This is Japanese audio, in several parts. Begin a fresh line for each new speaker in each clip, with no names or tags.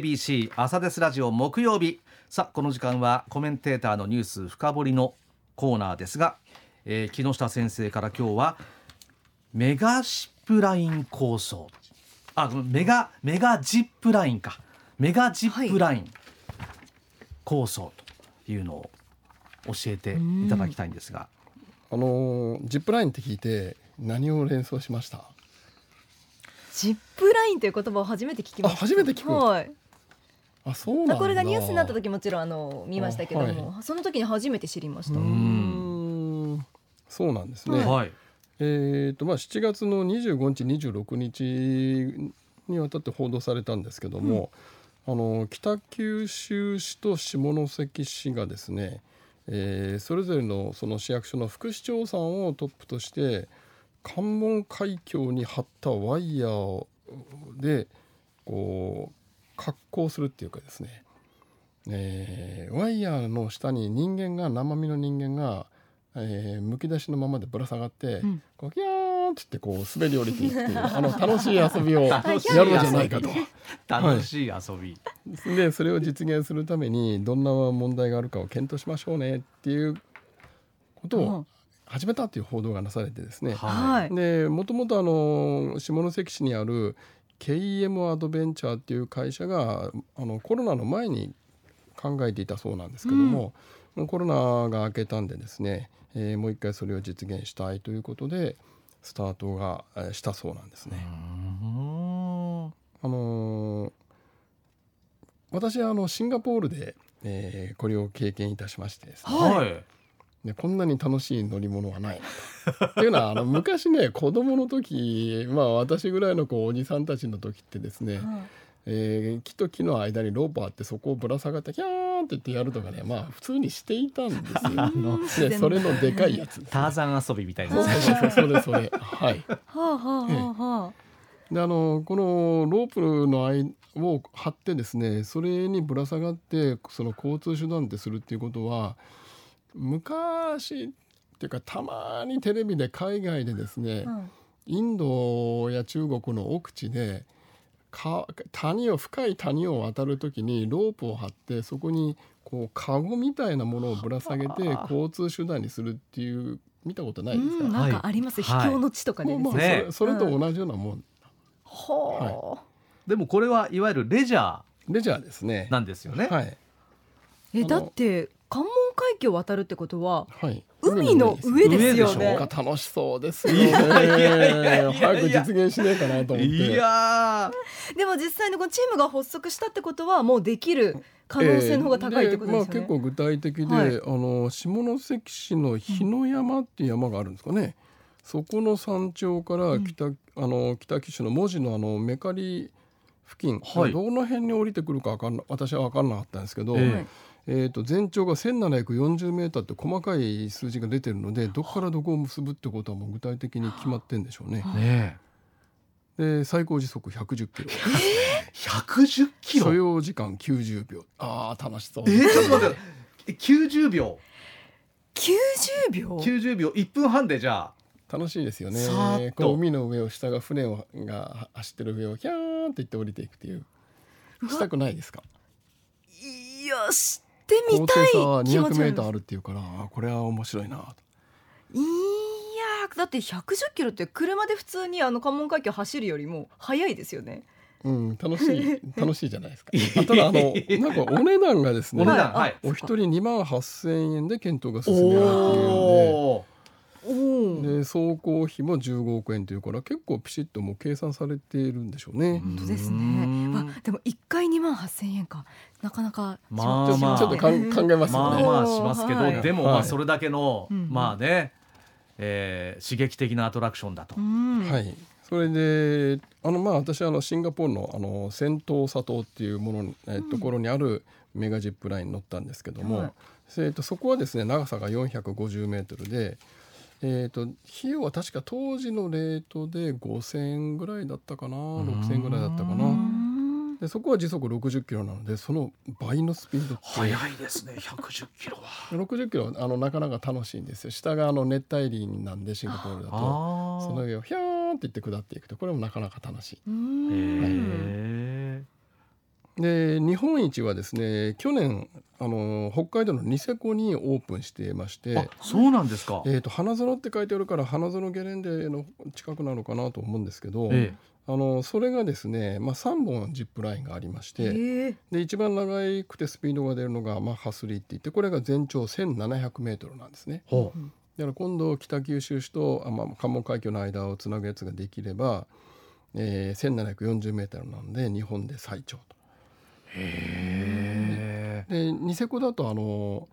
KBC 朝ですラジオ木曜日さあこの時間はコメンテーターのニュース深掘りのコーナーですが、えー木下先生から今日はメガシップライン構想あごめんメガメガジップラインかメガジップライン構想というのを教えていただきたいんですが、
あのージップラインって聞いて何を連想しました
ジップラインという言葉を初めて聞きました。
あ初めて聞く
はい。
あそうなんだ
あこれがニュースになった時もちろんあの見ましたけども、
あ
その時に初めて知りました。
う
うー
ん
んそうなんですね、
はい
えーとまあ、7月の25日26日にわたって報道されたんですけども、あの北九州市と下関市がですね、えーそれぞれのその市役所の副市長さんをトップとして関門海峡に張ったワイヤーでこう格好するっていうかですね、えーワイヤーの下に人間が生身の人間が、えーむき出しのままでぶら下がって、
ん
こうギャーンって言ってこう滑り降りていくっていうあの楽しい遊びをやろ
楽
う
し
じ
い遊び
ゃないかと。
楽しい遊び、
でそれを実現するためにどんな問題があるかを検討しましょうねっていうことを始めたっていう報道がなされてですね、
はい。
でもともとあの下関市にある KEM アドベンチャーっていう会社があのコロナの前に考えていたそうなんですけども、もうコロナが明けたんでですね、えーもう一回それを実現したいということでスタートがえーしたそうなんですね。
うん
あのー私はあのシンガポールで、えーこれを経験いたしましてですね
はい
ね、こんなに楽しい乗り物はない。っていうのはあの昔ね 子供の時まあ私ぐらいのこうおじさんたちの時ってですね、えー木と木の間にロープあってそこをぶら下がってキャーンって言ってやるとかねまあ普通にしていたんですよ。
自
ね、
然
それのでかいやつです、
ター
ね。
ザン遊びみたいな
そうそうそうそれそれはい。
はあはあはあは
であのこのロープの間を張ってですねそれにぶら下がってその交通手段でするっていうことは昔っていうかたまにテレビで海外でですね、
あ。うん
インドや中国の奥地でか谷を深い谷を渡る時にロープを張ってそこにこうカゴみたいなものをぶら下げて交通手段にするっていう見たことな
う
いですか、
ん、なんかあります、
はい
秘境の地とかで
も
です
うまあ
ね。
ね
それそれと同じようなもん、
ほ
でもこれはいわゆるレジャー
レジャーですね。
なんですよね。
はい
う。え
あの
だって関門海峡を渡るってことは
はい、
海の上ですよ
上でし
ね
ょ。
なんか楽しそうですよ
いやいやいやいや
ね。早く実現しねえかなと思って。
いや
でも実際にこのチームが発足したってことはもうできる可能性の方が高いってことですよね。
ええまあ、結構具体的で、
はい
あの下関市の日野山っていう山があるんですかね。そこの山頂から北、あの北九州の門司のあのメカリ付近、
はい
どの辺に降りてくるかわかんな私は分かんなかったんですけど、
ええ
はい
えー、と全長が1740メーターって細かい数字が出てるのでどこからどこを結ぶってことはもう具体的に決まってんでしょうね。
ーね
で最高時速110キロ
え110キロ
所要時間90秒あー楽しそう
えー、ちょっと待ってえ90秒
90秒。
90秒1分半でじゃあ
楽しいですよ
さー
ね
っと
こう海の上を下が船をが走ってる上をヒャーンって言って降りていくっていう
うわ
したくないですか
いやしてみ
高低
たい
差は
気持
200
ち
メ
はあ
ー
りま
ターあ
す
るっていうからあーこれは面白いなと
いやーだって110キロって車で普通にあの関門海峡走るよりも速いですよね。
うん楽しい 楽しいじゃないですかあただあのなんかお値段がです
お
ね
値段
あ
はい
お一人2万8,000円で検討が進められているの
おお
おお
でで走行費も15億円というから結構ピシッともう計算されているんでしょうね。
本当です
う
ね
ん。
わでも一回2万8000円かなかなかしま
まあまあ
ちょっとかん考えますよ
まあ
ね。
まあしますけど、
はい
でもま
は
あ
い
それだけの、
うん
まあね、えー、刺激的なアトラクションだと、
うん
はい、それであのまあ私あのシンガポールのあの仙洞砂島っていうものに、えーところにあるメガジップラインに乗ったんですけども、
はい
えー、とそこはですね長さが450メートルで、えー、と費用は確か当時のレートで5,000円ぐらいだったかな6,000円ぐらいだったか
う
う
なんでそこは時速60キロなのでその倍のスピードって
早いですね110キロは
60キロあのなかなか楽しいんですよ下があの熱帯林なんでシンガポールだと
あ
その
ー
上をヒャーンって言って下っていくとこれもなかなか楽しい。
う
へ
ん
ー
で日本一はですね去年あの北海道のニセコにオープンしていまして
あ、そうなんですか。
えー、と花園って書いてあるから花園ゲレンデの近くなのかなと思うんですけど、
え
あのそれがですね、まあ、3本ジップラインがありまして、
ええ
で一番長くてスピードが出るのが、まあ、ハスリーって言ってこれが全長1 7 0 0ルなんですね。
ほ
だから今度北九州市と、あまあ、関門海峡の間をつなぐやつができれば、えー、1740m なので日本で最長と。
へ
でニセコだとあの、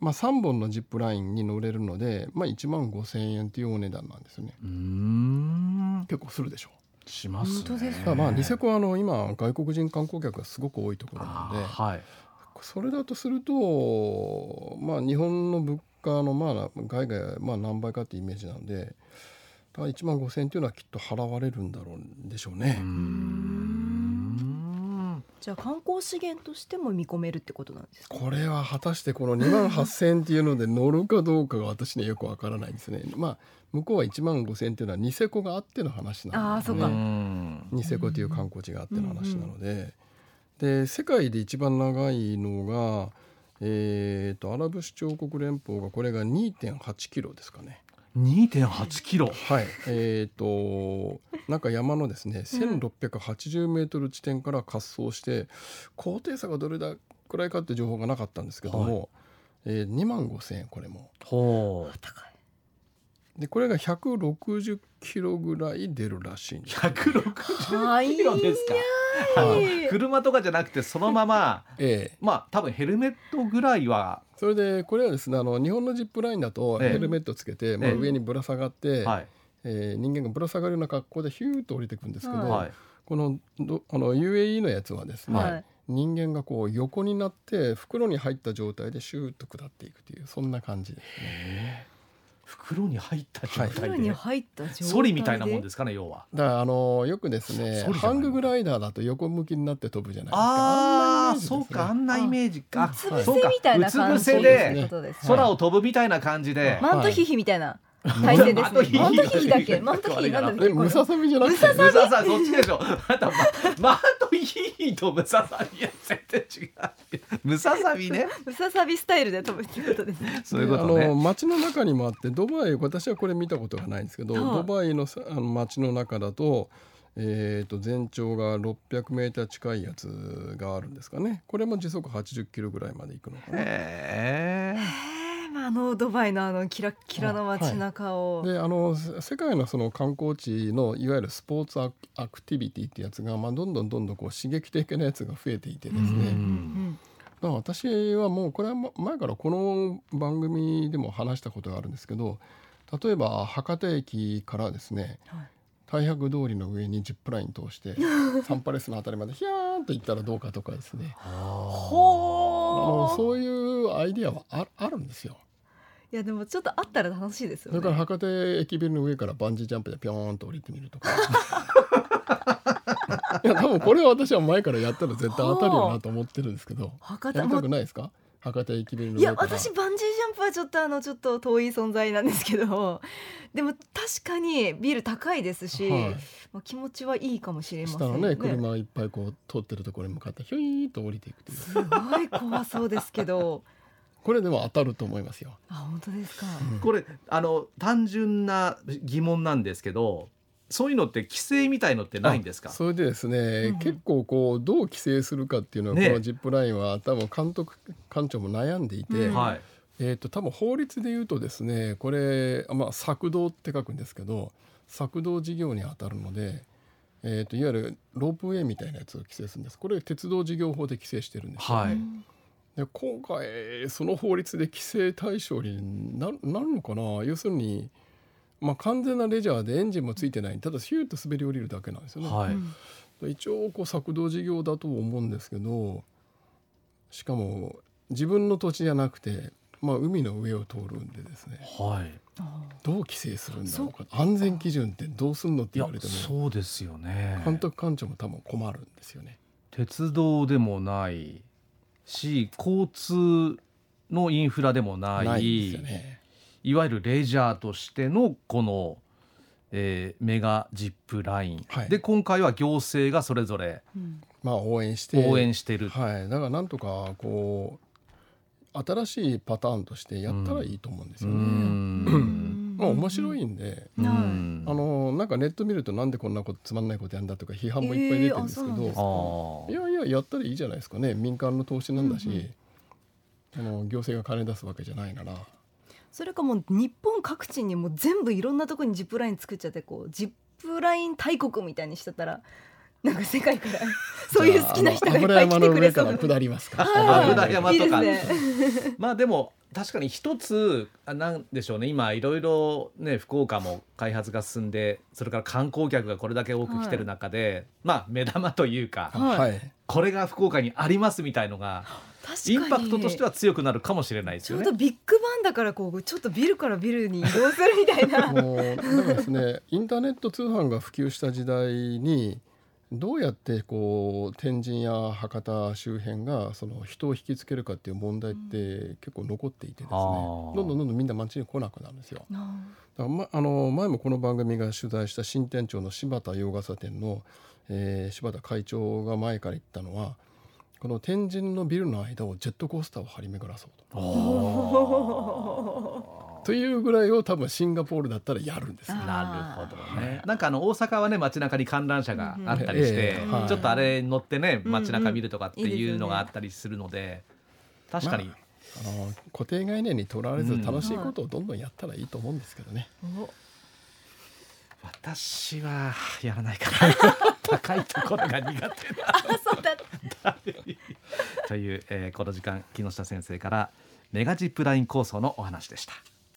まあ、3本のジップラインに乗れるので、まあ、1万5,000円っていうお値段なんですよね。
え。うーん。
結構するでしょ
しますね。
本当です
う。まあニセコはあの今外国人観光客がすごく多いところな
あ
ので
ーはい。
それだとするとまあ日本の物価のまあ外外はまあ何倍かってイメージなんで1万5,000円っていうのはきっと払われるんだろうでしょうね
うー。ん。
じゃあ観光資源としても見込めるってことなんですか。
これは果たしてこの2万8,000円っていうので乗るかどうかが私にはよくわからないんですね。まあ向こうは1万5,000円っていうのはニセコがあっての話なんで
そ
す
あーう
ね。
ん
か
ニセコという観光地があっての話なので、で世界で一番長いのが、えー、とアラブ首長国連邦がこれが2.8キロですかね。
2.8キロ。
はい、えー、となんか山のですね1680メートル地点から滑走して、高低差がどれだくらいかって情報がなかったんですけども、えー、2万5,000円これも。
ほう。
高い。
でこれが160キロぐらい出るらしいんです。
は
160
い
キロですか。
はい
あ車とかじゃなくてそのまま。
ええ
まあ多分ヘルメットぐらいは、
それでこれはですねあの日本のジップラインだと
ええ
ヘルメットつけて、まあ、
ええ
上にぶら下がって、
はい
えー人間がぶら下がるような格好でヒューッと降りてくんですけど、
はい
このどあの UAE のやつはですね、
はい
はい
人間がこう横になって袋に入った状態でシューッと下っていくというそんな感じですね。
袋に入った状態で、
袋に入った状態で。
ソリみたいなもんですかね要は。
だからあのよくですね
そうじゃない
ハンググライダーだと横向きになって飛ぶじゃないですか。
あ
んなイメ
あ
ジです
そ
ね
うかあんなイメージか。あ
うつ伏せ
そうか
みたいな感
うつ伏
じ
せ
って
で
ことですね。
空を飛ぶみたいな感じで。
マントヒヒみたいな体勢で
マン
すね。マ
ト
ント
ヒ
ヒ
ヒ
ヒだっけ？マントヒヒなんだっけ？
えムササビじゃなくて
ムササビそっちでしょ。あなたまマントヒヒとムササビは全然違う。ムササビね。
ムササビスタイルで飛ぶってことですね。
そういうこと
あの
ね。
街の中にもあってドバイ私はこれ見たことがないんですけど、
はい
ドバイのさあの街の中だと,、えー、と全長が600メーター近いやつがあるんですかねこれも時速80キロぐらいまで行くのかな。
へえ。
えーまああのドバイのあのキラッキラの街中を。
であのせ世界のその観光地のいわゆるスポーツアクアクティビティってやつが、まあ、どんどんどんどんこう刺激的なやつが増えていてですね、
う
だ
うんん
から私はもうこれはま前からこの番組でも話したことがあるんですけど例えば博多駅からですね
はい
大白通りの上にジップライン通してサンパレスのあたりまでヒャーンと行ったらどうかとかですね あ
ほ
の
ー
そういうアイディアはああるんですよ。
いやでもちょっとあったら楽しいです
そ
よ
れから
ね。
博多駅ビルの上からバンジージャンプでピョーンと降りてみると か。いや多分これは私は前からやったら絶対当たるよなと思ってるんですけど
博
や
多
りた
も
くないですか博多駅ビルの
いや
上から
私バンジージャンプはちょっとあのちょっと遠い存在なんですけどでも確かにビール高いですし、
はい
まあ、気持ちはいいかもしれません
下のね車がいっぱいこう通ってるところに向かってひょいーっと降りていくという
すごい怖そうですけど
これでも当たると思いますよ。
あ本当ですか
これあの単純な疑問なんですけど、そういうのって規制みたいのってないんですか
あ。それでですね、
んうん
結構こうどう規制するかっていうのは、
ね
このジップラインは多分監督官庁も悩んでいて、
うん
はい。
えー、と多分法律で言うとですねこれ、あまあ、策動って書くんですけど策動事業に当たるので、えー、といわゆるロープウェイみたいなやつを規制するんですこれ鉄道事業法で規制してるんですよ、
は
う
い。
ん
で今回その法律で規制対象にななるのかな要するに、まあ、完全なレジャーでエンジンもついてないただヒューッと滑り降りるだけなんですよね、
はい。
一応こう策動事業だと思うんですけどしかも自分の土地じゃなくて、まあ、海の上を通るんでですね
はい。
あ
どう規制するんだろうか安全基準ってどうすんのっ
い
て言
や
われても
そうですよね。
監督官庁も多分困るんですよね。
鉄道でもないし交通のインフラでもない
ないですよね。
いわゆるレジャーとしてのこのえーメガジップライン、
はい
で今回は行政がそれぞれ
うん
まあ応援して
応援してる、
はい、だからなんとかこう新しいパターンとしてやったらいいと思うんです
う
よ
ー
ね。
ん
まあ面白いんで、
う
はい
ん
あのなんかネット見るとなんでこんなことつまんないことやんだとか批判もいっぱい出てるんですけ
えーあそうなん
ど、
ですか
あ
いやいややったらいいじゃないですかね民間の投資なんだし、あの行政が金出すわけじゃないなら
それかもう日本各地にもう全部いろんなとこにジップライン作っちゃってこうジップライン大国みたいにしちゃったらなんか世界からそういう好きな人がいっぱい来てくれそう
じゃああの油山の上から下りますか
あ
はい
油山
いいです
山
ね
まあでも確かに一つあなんでしょうね今いろいろね福岡も開発が進んでそれから観光客がこれだけ多く来てる中で、まあ目玉というか、
はい
はい
これが福岡にありますみたいのが
確かに
インパクトとしては強くなるかもしれないです
ち
よ
ょう
ね
ど。ビッグバンだからこうちょっとビルからビルに移動するみたいな
もうだからですねインターネット通販が普及した時代にどうやってこう天神や博多周辺がその人を引きつけるかっていう問題って結構残っていてですね、
あー
どんどんどんどんみんな街に来なくなるんですよ。
あ
だからま、あの前もこの番組が取材した新店長の柴田洋傘店の、えー柴田会長が前から言ったのはこの天神のビルの間をジェットコースターを張り巡らそうと。
お
というぐらいを多分シンガポールだったらやるんですね
ーなるほどね。なんかあの大阪はね街中に観覧車があったりして、
うんうん
ちょっとあれに乗ってね街中見るとかって
うんうんいい
い
です
う
ね
のがあったりするので、確かに、
まあの固定概念にとらわれず
うん
楽しいことをどんどんやったらいいと思うんですけどね、
お
私はやらないから 高いところが苦手だ
あそうだった
という、えーこの時間木下先生からメガジップライン構想のお話でした。